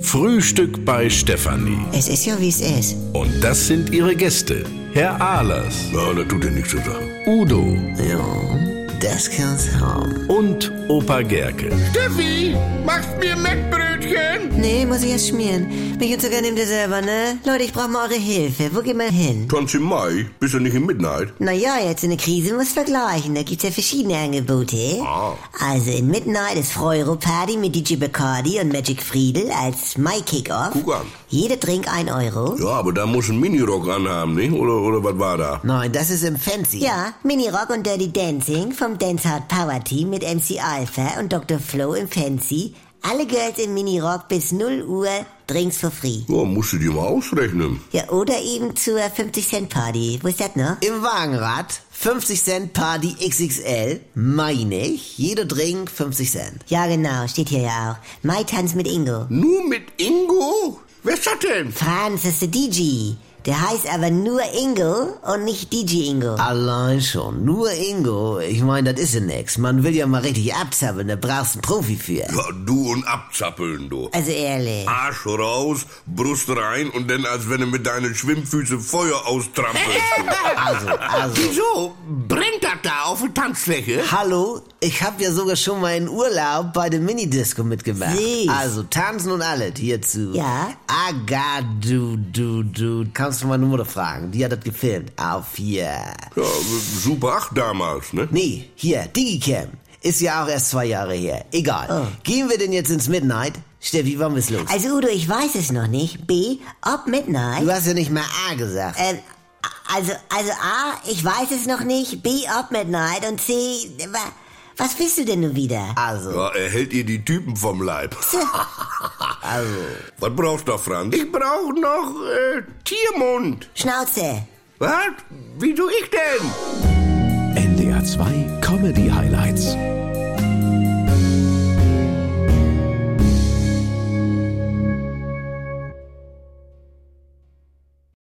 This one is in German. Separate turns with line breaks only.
Frühstück bei Stefanie.
Es ist ja, wie es ist.
Und das sind ihre Gäste. Herr Ahlers,
Ja, das tut dir nichts zu sagen.
Udo
Ja, das kann's haben.
und Opa Gerke.
Steffi, machst mir Mettbrötchen?
Nee, muss ich jetzt schmieren. Mich und sogar nehmt ihr selber, ne? Leute, ich brauche mal eure Hilfe. Wo geht man hin?
20 Mai, bist du nicht in Midnight?
Naja, jetzt in der Krise muss vergleichen. Da gibt's ja verschiedene Angebote. Also in Midnight ist Freuro Party mit DJ Bacardi und Magic Friedel als My Kickoff.
Guck an.
Jeder Drink ein Euro.
Ja, aber da musst du einen Minirock anhaben, nicht? Oder, oder was war da?
Nein, das ist im Fancy.
Ja, Mini Rock und Dirty Dancing vom Dancehard Power Team mit MC Alpha und Dr. Flo im Fancy. Alle Girls in Mini Rock bis 0 Uhr, Drinks for free.
Ja, musst du dir mal ausrechnen.
Ja, oder eben zur 50 Cent Party. Wo ist das noch?
Im Wagenrad 50 Cent Party XXL, meine ich. Jeder Drink 50 Cent.
Ja, genau, steht hier ja auch. Mai Tanz mit Ingo.
Nur mit Ingo? Wer ist das denn?
Franz ist der DJ. Der heißt aber nur Ingo und nicht DJ Ingo.
Allein schon. Nur Ingo. Ich meine, das ist ja nix. Man will ja mal richtig abzappeln. Da brauchst du einen Profi für.
Ja, du und abzappeln, du.
Also ehrlich.
Arsch raus, Brust rein und dann, als wenn du mit deinen Schwimmfüßen Feuer austrampelst.
Also, also.
Wieso? Brennt das da auf der Tanzfläche?
Hallo, ich habe ja sogar schon mal in Urlaub bei der Minidisco mitgemacht.
Süß.
Also tanzen und alles hierzu.
Ja.
Aga, du, du, du. Kannst du meine Mutter fragen? Die hat das gefilmt. Auf hier.
ja, Super 8 damals, ne?
Nee, hier, Digicam. Ist ja auch erst zwei Jahre her. Egal. Gehen wir denn jetzt ins Midnight? Steffi, wann bist los?
Also Udo, ich weiß es noch nicht. B, ob Midnight.
Du hast ja nicht mal A gesagt.
Ähm, also, also A, ich weiß es noch nicht. B, ob Midnight. Und C, wa- was bist du denn nun wieder?
Also,
Ja, er hält ihr die Typen vom Leib.
also.
Was brauchst du da, Franz?
Ich brauch noch äh, Tiermund.
Schnauze.
Was? Wieso ich denn?
NDR 2 Comedy Highlights.